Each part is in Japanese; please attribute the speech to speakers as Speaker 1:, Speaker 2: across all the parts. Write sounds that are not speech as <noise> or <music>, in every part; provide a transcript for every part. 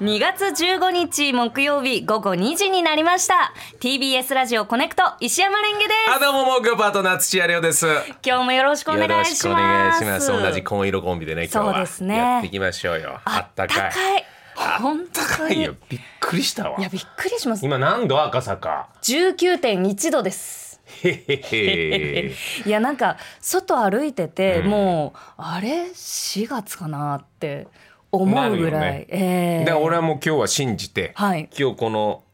Speaker 1: 2月15日木曜日午後2時になりました TBS ラジオコネクト石山レンゲで
Speaker 2: あどうもモグパートナー土屋亮です。よ
Speaker 1: す今日もよろしくお願いします
Speaker 2: 同じ紺色コンビでね今日
Speaker 1: そう
Speaker 2: は
Speaker 1: ですね
Speaker 2: やっていきましょうよ。あったかい。
Speaker 1: あったかい本当
Speaker 2: 高
Speaker 1: に
Speaker 2: いよびっくりしたわ
Speaker 1: い。やびっくりします
Speaker 2: 今何度赤坂。
Speaker 1: 19.1度です
Speaker 2: へへへ。
Speaker 1: いやなんか外歩いてて、もうあれ4月かなって思うぐ
Speaker 2: な
Speaker 1: ら
Speaker 2: る
Speaker 1: い、
Speaker 2: よね
Speaker 1: ええ <laughs>
Speaker 2: だから俺はもう今日は信じて、
Speaker 1: はい
Speaker 2: 今日この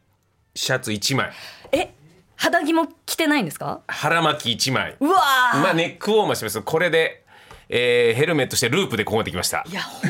Speaker 2: シャツ一枚、
Speaker 1: え肌着も着てないんですか
Speaker 2: 腹巻き一枚、
Speaker 1: うわー、
Speaker 2: まあネックウォーマーしてます。これで、えーヘルメットしてループでここまで来ました
Speaker 1: い。や本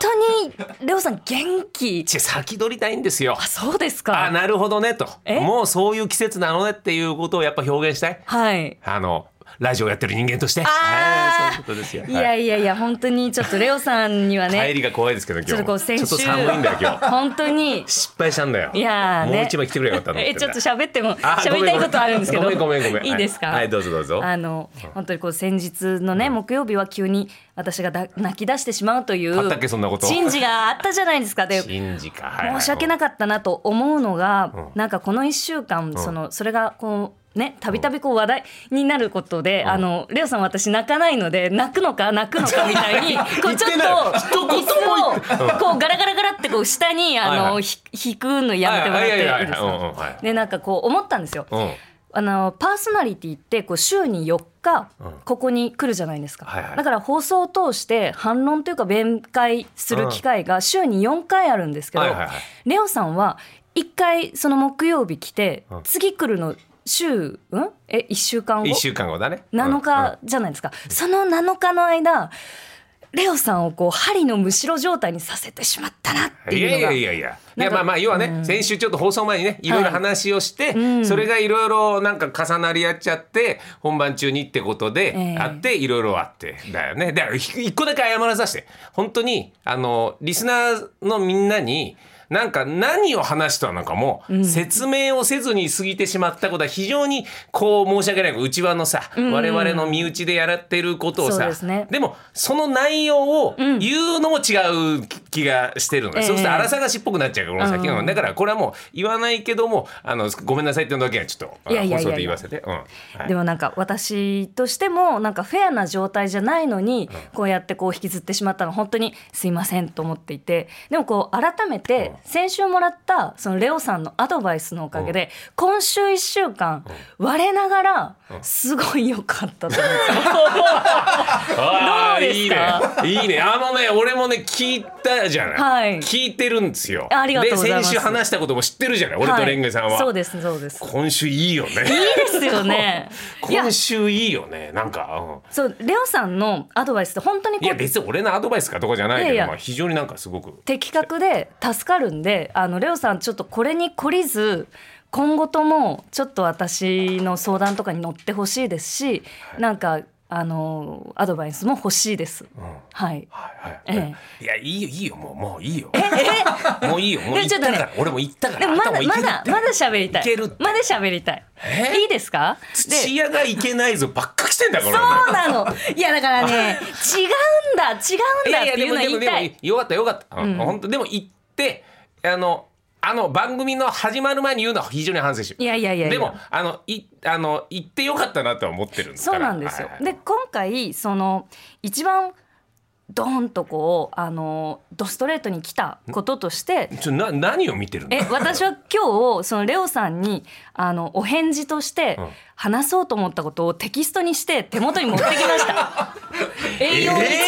Speaker 1: 当にレオさん元気
Speaker 2: ちょ先取りたいんですよ
Speaker 1: あ。そうです
Speaker 2: あ
Speaker 1: か
Speaker 2: なるほどねと
Speaker 1: え
Speaker 2: もうそういう季節なのねっていうことをやっぱ表現したい
Speaker 1: はい
Speaker 2: あのラジオやってる人間として
Speaker 1: あー
Speaker 2: はいそういうことですよ
Speaker 1: い
Speaker 2: は
Speaker 1: や
Speaker 2: い
Speaker 1: いやいや本当にちょっとレオさんには
Speaker 2: 帰
Speaker 1: ね
Speaker 2: りが怖いですけど今日
Speaker 1: ちょっとこう先週
Speaker 2: ちょっと寒いんだ
Speaker 1: <laughs>
Speaker 2: よ今日
Speaker 1: 本当
Speaker 2: <laughs>
Speaker 1: に
Speaker 2: 失敗したんだよ
Speaker 1: いやーね
Speaker 2: もう一枚来てくれよかったと思って
Speaker 1: え
Speaker 2: ん
Speaker 1: ち
Speaker 2: だ
Speaker 1: ょっと喋っても
Speaker 2: あー
Speaker 1: 喋りたいことあるんですけど
Speaker 2: ごめんごめんごめんごめん
Speaker 1: いいですか
Speaker 2: はいはいどうぞどうぞ
Speaker 1: あの本当にこう先日のね木曜日は急に私がだ泣き出してしまうという
Speaker 2: あったっけそんなこと
Speaker 1: 珍事があったじゃないですかで
Speaker 2: 信じか、はい
Speaker 1: 申し訳な
Speaker 2: く
Speaker 1: かったなと思うのが、
Speaker 2: うん
Speaker 1: なんかこの1週間、そのそれがこうねたびたびこう話題になることで、あのレオさんは私泣かないので泣くのか泣くのかみた
Speaker 2: <laughs>
Speaker 1: いにこうちょっと椅子をこうガラガラガラってこう下にあの、
Speaker 2: はいはい
Speaker 1: ひ引くのやめてもらっていい
Speaker 2: はいはいはいはい
Speaker 1: です
Speaker 2: うんうんは
Speaker 1: か
Speaker 2: い
Speaker 1: でなんかこう思ったんですよ。
Speaker 2: うんはい
Speaker 1: あのパーソナリティってこう週に4日
Speaker 2: うん
Speaker 1: ここに来るじゃないですか、
Speaker 2: はいはい
Speaker 1: だから放送を通して反論というか弁解する機会が週に4回あるんですけど、
Speaker 2: はいはい
Speaker 1: レオさんは1回その木曜日来て、
Speaker 2: うん
Speaker 1: 次来るの週、うん、え1週間後
Speaker 2: 一週間後だね
Speaker 1: 7日じゃないですか、その7日の間レオさんをこう針のむしろ状態にさせてしまったなって
Speaker 2: い
Speaker 1: いう
Speaker 2: や
Speaker 1: の
Speaker 2: い
Speaker 1: が
Speaker 2: やいやいやい
Speaker 1: なん
Speaker 2: や
Speaker 1: か
Speaker 2: まあまあ要はね、先週ちょっと放送前にねいろいろ話をして、
Speaker 1: うん
Speaker 2: それがいろいろなんか重なり合っちゃって本番中にってことで、
Speaker 1: ええ
Speaker 2: あっていろいろあってだよねだからひ一個だけ謝らさせて本当にあのリスナーのみんなになんか何を話したのかも説明をせずに過ぎてしまったことは非常にこう申し訳ないう内輪のさ、我々の身内でやらってることを
Speaker 1: そう
Speaker 2: さ
Speaker 1: ですね
Speaker 2: でもその内容を言うのも違う気がしてるので、
Speaker 1: ええ
Speaker 2: そうすると荒探しっぽくなっちゃうからこの先の、
Speaker 1: うん
Speaker 2: だからこれはもう言わないけどもあのごめんなさいっていうのだけはちょっとあ
Speaker 1: いやいやいや
Speaker 2: 放送で言わせて、うんはい
Speaker 1: でもなんか私としてもなんかフェアな状態じゃないのにこうやってこう引きずってしまったの本当にすいませんと思っていてでもこう改めて先週もらったそのレオさんのアドバイスのおかげで今週1週間我ながらすごい良かったと思い
Speaker 2: あー
Speaker 1: どうですか
Speaker 2: いいねいいねあのね俺もね聞いたじゃない、
Speaker 1: はい
Speaker 2: 聞いてるんですよ
Speaker 1: ありがとうございます
Speaker 2: で先週話したことも知ってるじゃない
Speaker 1: ま
Speaker 2: <laughs> 俺
Speaker 1: す
Speaker 2: とレンゲさんは、
Speaker 1: いそうですそう
Speaker 2: <laughs>
Speaker 1: です
Speaker 2: 今週いいよね
Speaker 1: いいですよねいや
Speaker 2: 今週いいよねなんか、うん
Speaker 1: そうレオさんのアドバイスって本当にこ
Speaker 2: いや
Speaker 1: う
Speaker 2: 別に俺のアドバイスかとかじゃないけど
Speaker 1: いやいや
Speaker 2: まあ、非常になんかすごく
Speaker 1: 的確で助かるんであのレオさんちょっとこれに懲りず今後ともちょっと私の相談とかに乗ってほしいですし、なんかあのアドバイスも欲しいです。はい。
Speaker 2: はいはい
Speaker 1: え
Speaker 2: いやいいよいいよもうもういいよもういいよもう言ったか
Speaker 1: ちょ
Speaker 2: ら
Speaker 1: っと
Speaker 2: 俺も言ったから
Speaker 1: でもまだ
Speaker 2: 頭いけるっ
Speaker 1: ま
Speaker 2: て
Speaker 1: だまだ喋りたい。
Speaker 2: いけるって
Speaker 1: まだ喋りたい。
Speaker 2: え
Speaker 1: いいですか？
Speaker 2: 土屋がいけないぞばっか来てんだから俺
Speaker 1: そうなの。いやだから
Speaker 2: <laughs>
Speaker 1: ね違うんだ違うんだっていうのは言いたい。
Speaker 2: よかったよかった、うん、本当でも言ってあのあの番組の始まる前に言うのは非常に反省し
Speaker 1: いやいやいやいや
Speaker 2: でもあのいあの言ってよかったなとは思ってるんです
Speaker 1: そ
Speaker 2: か
Speaker 1: う
Speaker 2: ら
Speaker 1: なんですよ
Speaker 2: は。いはい
Speaker 1: で今回その一番ドーンとこうあのドストレートに来たこととして。
Speaker 2: ちょな何を見てるの
Speaker 1: え私は今日そのレオさんにあのお返事として
Speaker 2: うん
Speaker 1: 話そうと思ったことをテキストにして手元に持ってきました
Speaker 2: <laughs>
Speaker 1: A4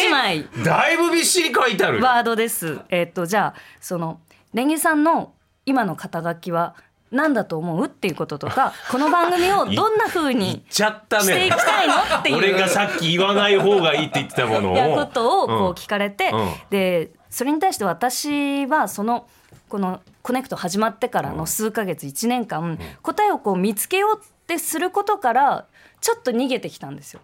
Speaker 1: 一枚
Speaker 2: えーだいぶびっしり書いてある
Speaker 1: ワードですえっとじゃあそのレンゲさんの今の肩書きは何だと思うっていうこととかこの番組をどんな風
Speaker 2: 言っ
Speaker 1: に
Speaker 2: ちゃった
Speaker 1: してい
Speaker 2: ね
Speaker 1: きたいのっていう
Speaker 2: 俺がさっき言わない方がいいって言ってたものを
Speaker 1: やことをこう
Speaker 2: うん
Speaker 1: 聞かれて、
Speaker 2: うん
Speaker 1: でそれに対して私はそのこのコネクト始まってからの数ヶ月1年間、答えをこう見つけようってすることからちょっと逃げてきたんですよ。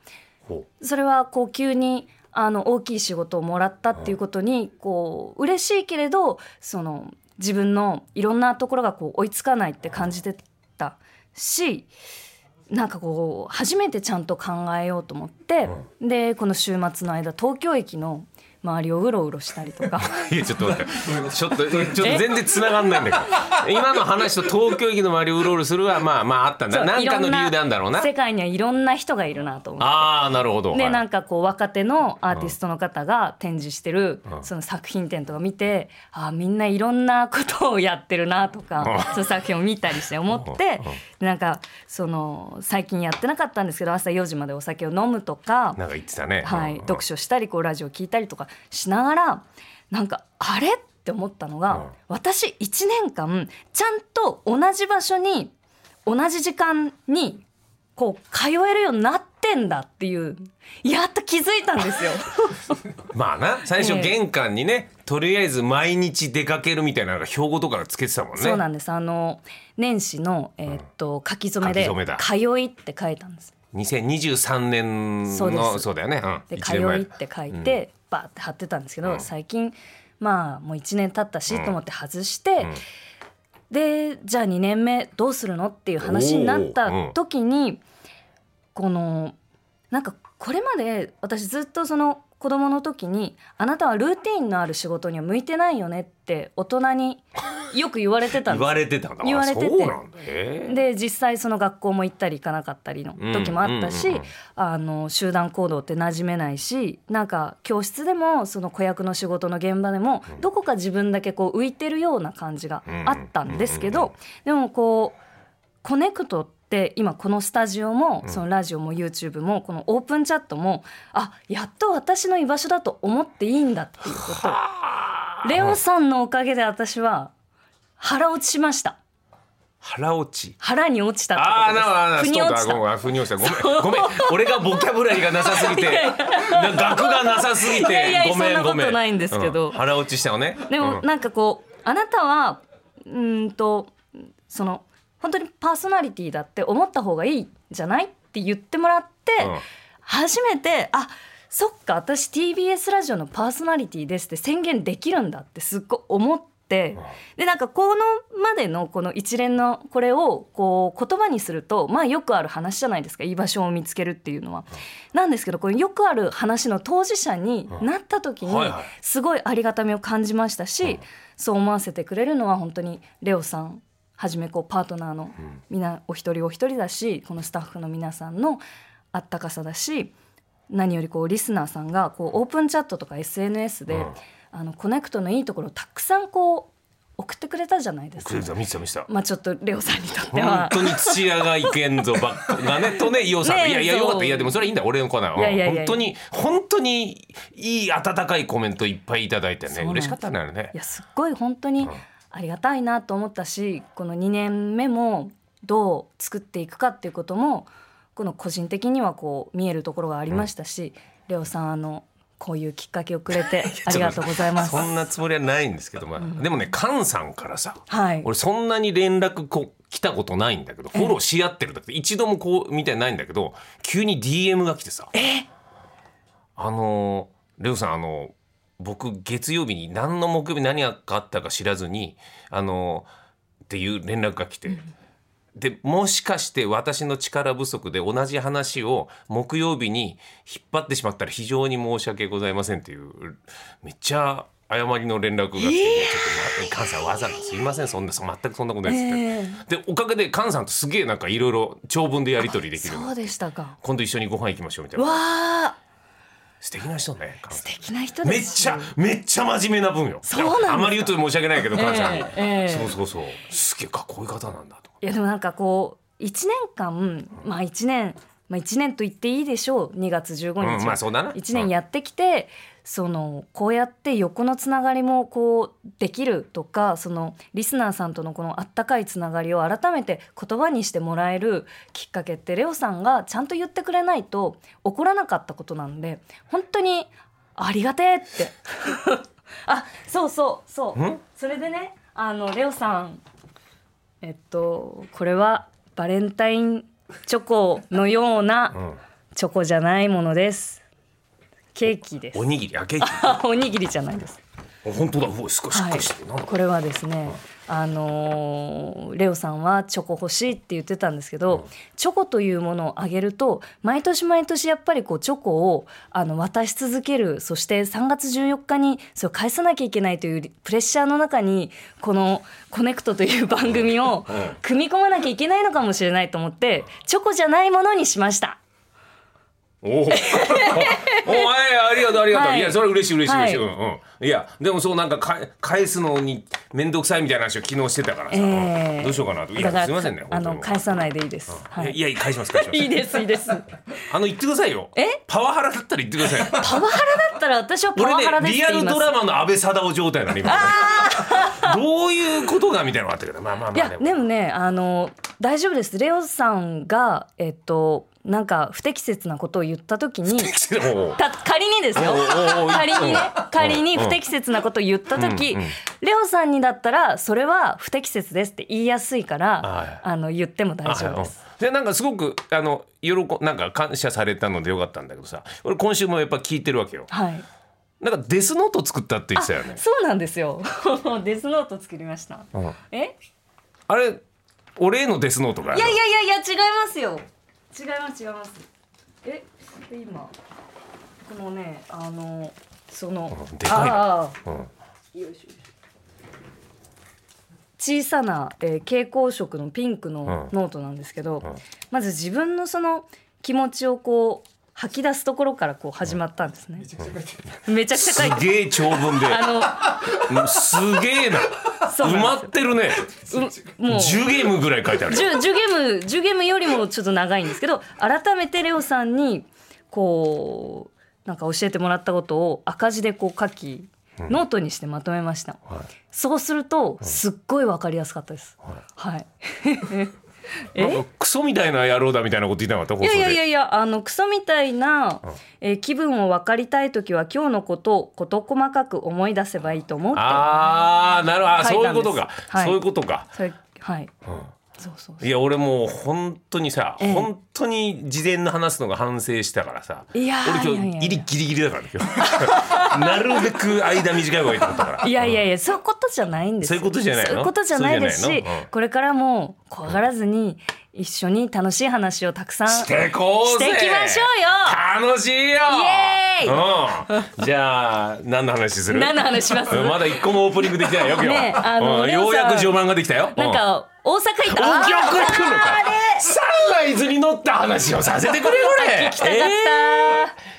Speaker 2: ほう
Speaker 1: それはこう急にあの大きい仕事をもらったっていうことにこう嬉しいけれどその自分のいろんなところがこう追いつかないって感じてたしなんかこう初めてちゃんと考えようと思ってでこの週末の間東京駅の周りをうろうろしたり
Speaker 2: <laughs>
Speaker 1: とか
Speaker 2: いやちょっと待ってちょっとちょっと全然繋がんないんだけど今の話と東京駅の周りをうろうろするはまあまああったんだ
Speaker 1: そう
Speaker 2: 何かの
Speaker 1: いろ
Speaker 2: 理由なん
Speaker 1: <laughs>
Speaker 2: だろうな
Speaker 1: 世界にはいろんな人がいるなと思って。
Speaker 2: ああなるほど、は
Speaker 1: で
Speaker 2: い
Speaker 1: なんかこう若手のアーティストの方が展示してる
Speaker 2: うん
Speaker 1: その作品展とか見てあーみんないろんなことをやってるなとか
Speaker 2: うん
Speaker 1: その作品を見たりして思ってでなんかその最近やってなかったんですけど朝4時までお酒を飲むとか
Speaker 2: なんか言ってたね、
Speaker 1: は
Speaker 2: う
Speaker 1: い
Speaker 2: ん
Speaker 1: 読書したりこうラジオ聞いたりとかしながらなんかあれって思ったの
Speaker 2: うん
Speaker 1: が私1年間ちゃんと同じ場所に同じ時間にこう通えるようになってんだっていうやっと気づいたんです
Speaker 2: <laughs>
Speaker 1: よ。
Speaker 2: まあな最初
Speaker 1: ええ
Speaker 2: 玄関にね、とりあえず毎日出かけるみたいなのが標語とかつけてたもんね
Speaker 1: そうなんですあの年始の、えーっと書き初めで
Speaker 2: 書き初め
Speaker 1: 「
Speaker 2: だ
Speaker 1: 通い」って書いたんです。
Speaker 2: 2023年の
Speaker 1: そうです
Speaker 2: だよね、うん、
Speaker 1: で「
Speaker 2: 一
Speaker 1: 通
Speaker 2: 年前
Speaker 1: い」って書いてバーって貼ってたんですけど、
Speaker 2: うん
Speaker 1: 最近まあもう1年経ったしと思って外して、
Speaker 2: ん
Speaker 1: でじゃあ2年目どうするのっていう話になった時に、このなんかこれまで私ずっとその子供の時にあなたはルーティンのある仕事には向いてないよねって大人によく言われてたんで
Speaker 2: 言
Speaker 1: す
Speaker 2: われてたんだ
Speaker 1: 言われてて
Speaker 2: そうなんだへえ
Speaker 1: で実際その学校も行ったり行かなかったりの時もあったし、
Speaker 2: うんうんうんうん
Speaker 1: あの集団行動って馴染めないしなんか教室でもその子役の仕事の現場でもどこか自分だけこう浮いてるような感じがあったんですけど、でもこうコネクトって今このスタジオもそのラジオも YouTube もこのオープンチャットもあやっと私の居場所だと思っていいんだっていうことをレオさんのおかげで私は腹落ちしました。
Speaker 2: 腹落ち
Speaker 1: 腹に落ちたって
Speaker 2: ああな
Speaker 1: こ
Speaker 2: あな
Speaker 1: とです。腑に落ち
Speaker 2: そう
Speaker 1: た。
Speaker 2: だごめん腑に落ちたごめんごめん俺がボキャブラリーがなさすぎてな額がなさすぎて
Speaker 1: いやいや
Speaker 2: ご
Speaker 1: そ
Speaker 2: めん
Speaker 1: んなこと
Speaker 2: ごめ
Speaker 1: ないんですけど
Speaker 2: うん腹落ちしたのね
Speaker 1: <laughs> で
Speaker 2: う
Speaker 1: も
Speaker 2: ん
Speaker 1: なんかこうあなたはうーんとその本当にパーソナリティだって思った方がいいんじゃないって言ってもらって、
Speaker 2: うん
Speaker 1: 初めてあそっか私 TBS ラジオのパーソナリティですって宣言できるんだってすっごい思って、でなんかこのまでのこの一連のこれをこう言葉にするとまあよくある話じゃないですか居場所を見つけるっていうのは。なんですけどこれよくある話の当事者になった時に
Speaker 2: はいはい
Speaker 1: すごいありがたみを感じましたし、そう思わせてくれるのは本当にレオさんはじめこうパートナーのみんなお一人お一人だしこのスタッフの皆さんのあったかさだし何よりこうリスナーさんがこうオープンチャットとか SNS で、
Speaker 2: うん
Speaker 1: あのコネクトのいいところをたくさんこう送ってくれたじゃないです
Speaker 2: クレー
Speaker 1: か。
Speaker 2: ザー見てた見てた
Speaker 1: まあちょっとレオさんにとって
Speaker 2: 本
Speaker 1: は
Speaker 2: 当に土屋がいけんぞばっかがねとね伊代さん、
Speaker 1: ねえ
Speaker 2: いやいや
Speaker 1: そう
Speaker 2: よかったいやでもそれはいいんだ俺のコーナーうん
Speaker 1: いやいやいやいや
Speaker 2: 本当に本当にいい温かいコメントいっぱいいただいて
Speaker 1: そう
Speaker 2: ね
Speaker 1: なんです
Speaker 2: 嬉しかったんだよね
Speaker 1: いやすっごい本当にありがたいなと思ったしこの2年目もどう作っていくかっていうこともこの個人的にはこう見えるところがありましたし、レオさんあのこういうきっかけをくれ
Speaker 2: <laughs>
Speaker 1: てありがとうございます。
Speaker 2: そんなつもりはないんですけど、まあでもね菅さんからさ
Speaker 1: はい、
Speaker 2: 俺そんなに連絡こう来たことないんだけどフォローし合ってるだけで一度もこうみたいないんだけど急に DM が来てさあのーレオさんあの僕月曜日に何の木曜日何があったか知らずにあのーっていう連絡が来て。でもしかして私の力不足で同じ話を木曜日に引っ張ってしまったら非常に申し訳ございませんっていうめっちゃ誤りの連絡が来て、ちょっとま菅さんわざわざすいませんそんなそ全くそんなことないですって、でおかげで菅さんとすげえなんかいろいろ長文でやり取りできる
Speaker 1: そうでしたか。
Speaker 2: 今度一緒にご飯行きましょうみたいな
Speaker 1: わあ
Speaker 2: 素敵な人ね菅
Speaker 1: 素
Speaker 2: さん
Speaker 1: 敵な人
Speaker 2: め
Speaker 1: で
Speaker 2: っ
Speaker 1: す
Speaker 2: ち
Speaker 1: し
Speaker 2: ゃめっちゃ真面目な分よ
Speaker 1: そうなんですか
Speaker 2: あまり言うと申し訳ないけど菅さんに、
Speaker 1: ええええ
Speaker 2: そうそうそうすげえかこういう方なんだと
Speaker 1: いやでもなんかこう1年間まあ1年まあ1年と言っていいでしょう2月15日は、
Speaker 2: うんまあそうだな
Speaker 1: 1年やってきて、そのこうやって横のつながりもこうできるとかそのリスナーさんとのこのあったかいつながりを改めて言葉にしてもらえるきっかけってレオさんがちゃんと言ってくれないと起こらなかったことなんで本当にありがてえって
Speaker 2: <laughs>
Speaker 1: あそうそうそうんそれでねあのレオさんえっとこれはバレンタインチョコのよう
Speaker 2: う
Speaker 1: なんチョコじゃないものです。ケーキです
Speaker 2: お。にぎりあケーキ
Speaker 1: <laughs> あおにぎりじゃないです。
Speaker 2: あ本当だうわすごいしっ
Speaker 1: は
Speaker 2: か
Speaker 1: い
Speaker 2: りしてる、なんだ。こ
Speaker 1: これはですね、あのーレオさんはチョコ欲しいって言ってたんですけど、チョコというものをあげると毎年毎年やっぱりこうチョコをあの渡し続けるそして3月14日にそれを返さなきゃいけないというプレッシャーの中にこの「コネクト」という番組を組み込まなきゃいけないのかもしれないと思ってチョコじゃないものにしました。
Speaker 2: おおお前ありがとうありがとう、
Speaker 1: はい
Speaker 2: い、やそれは嬉しい嬉しい
Speaker 1: は
Speaker 2: 嬉
Speaker 1: い
Speaker 2: しい、うんうんいやでもそうなんかか返すのに面倒くさいみたいな話を昨日してたからさ、
Speaker 1: え
Speaker 2: う
Speaker 1: ー
Speaker 2: んどうしようかなとい
Speaker 1: だか
Speaker 2: や
Speaker 1: ら
Speaker 2: すいませんね
Speaker 1: あの
Speaker 2: 本当に
Speaker 1: 返さないでいいです。はい
Speaker 2: いやいや返します返しま
Speaker 1: い
Speaker 2: す
Speaker 1: いですいいです。
Speaker 2: あの言ってくださいよ
Speaker 1: え
Speaker 2: パワハラだったら言ってください
Speaker 1: <laughs>
Speaker 2: よ
Speaker 1: パワハラだったら私はパワハラ
Speaker 2: 俺
Speaker 1: で
Speaker 2: ね
Speaker 1: すって
Speaker 2: リア
Speaker 1: 言い
Speaker 2: ル
Speaker 1: ます。
Speaker 2: ドラマの安倍貞夫状態なの今どういうことがみたいなのがあったけどまあまあ
Speaker 1: い
Speaker 2: まあ
Speaker 1: やで
Speaker 2: <laughs>
Speaker 1: もねあの大丈夫ですレオさんがえっとなんか不適切なことを言った時に
Speaker 2: おう
Speaker 1: た仮にですよ
Speaker 2: おうおうおう
Speaker 1: 仮にね
Speaker 2: うん
Speaker 1: 仮に
Speaker 2: うん
Speaker 1: 不適切なことを言った時、
Speaker 2: うんうん
Speaker 1: レオさんにだったらそれは不適切ですって言いやすいから、
Speaker 2: はい
Speaker 1: あの言っても大丈夫です。
Speaker 2: あ。うんでなんかすごくあの喜なんか感謝されたのでよかったんだけどさ俺今週もやっぱ聞いてるわけよ
Speaker 1: はい、
Speaker 2: なんかデスノート作ったって言ってたよね
Speaker 1: そうなんですよ。 <laughs> デスノート作りました。
Speaker 2: あ,、うん、
Speaker 1: え？
Speaker 2: あれ俺へのデスノートが
Speaker 1: いやいやいやいや違いますよ。違います違います。え、で今このねあのその
Speaker 2: うんでかい
Speaker 1: あ
Speaker 2: なう
Speaker 1: ー
Speaker 2: ん
Speaker 1: よいしょよいしょ小さな、えー蛍光色のピンクの
Speaker 2: うん
Speaker 1: ノートなんですけど、
Speaker 2: ん
Speaker 1: まず自分のその気持ちをこう吐き出すところからこう始まったんですね。めちゃくちゃ
Speaker 2: す
Speaker 1: 書いてる。
Speaker 2: げえ長文で
Speaker 1: あ
Speaker 2: うんすげえな
Speaker 1: のそう
Speaker 2: 埋
Speaker 1: な
Speaker 2: ま
Speaker 1: ん
Speaker 2: ってるね
Speaker 1: ですようもう
Speaker 2: 10ゲームぐらい書いてあるよ
Speaker 1: 10, 10ゲーム10ゲームよりもちょっと長いんですけど改めてレオさんにこうなんか教えてもらったことを赤字でこう書き、ノートにしてまとめました、
Speaker 2: はい
Speaker 1: そうするとすっごいわかりやすかったですはい、い、 <laughs> え
Speaker 2: なんかクソみたいな野郎だみたいなこと言ってなかった放送
Speaker 1: や
Speaker 2: で
Speaker 1: いやいやいやあのクソみたいな、えー気分を分かりたい時は今日のことを事細かく思い出せばいいと思って
Speaker 2: ああなるほどあ
Speaker 1: 書い
Speaker 2: そうい
Speaker 1: た
Speaker 2: うんこ
Speaker 1: です
Speaker 2: とか、
Speaker 1: はい
Speaker 2: そういうことか
Speaker 1: それはい、そうそうそう
Speaker 2: いや俺もう本当にさ、
Speaker 1: ええ
Speaker 2: 本当に事前の話すのが反省したからさ
Speaker 1: いやー
Speaker 2: 俺
Speaker 1: いやい
Speaker 2: 今
Speaker 1: やい
Speaker 2: 日
Speaker 1: や
Speaker 2: ギリギリギリだからね今日 <laughs> なるべく間短い方がいいと思ったから
Speaker 1: いやいやいや、そういうことじゃないんですよ
Speaker 2: そういうことじゃないの
Speaker 1: そういうことじゃないです
Speaker 2: そうじ
Speaker 1: し
Speaker 2: ゃないのうん、
Speaker 1: これからも怖がらずに、一緒に楽 <laughs> しい話をたくさん。
Speaker 2: してこうぜ
Speaker 1: していきましょ
Speaker 2: うよ楽しいよ
Speaker 1: イエ
Speaker 2: うん、じゃあ何の話する
Speaker 1: 何の話します
Speaker 2: うんまだ一個もオープニングできてないよ今日、
Speaker 1: ねえあの
Speaker 2: うん
Speaker 1: レオさん
Speaker 2: ようやく序盤ができたよ
Speaker 1: なん
Speaker 2: うん
Speaker 1: か、大阪行っ
Speaker 2: お
Speaker 1: た。
Speaker 2: 客行くの
Speaker 1: あ
Speaker 2: か
Speaker 1: れ
Speaker 2: サンライズに乗った話をさせてくれこれ
Speaker 1: 聞きたかった。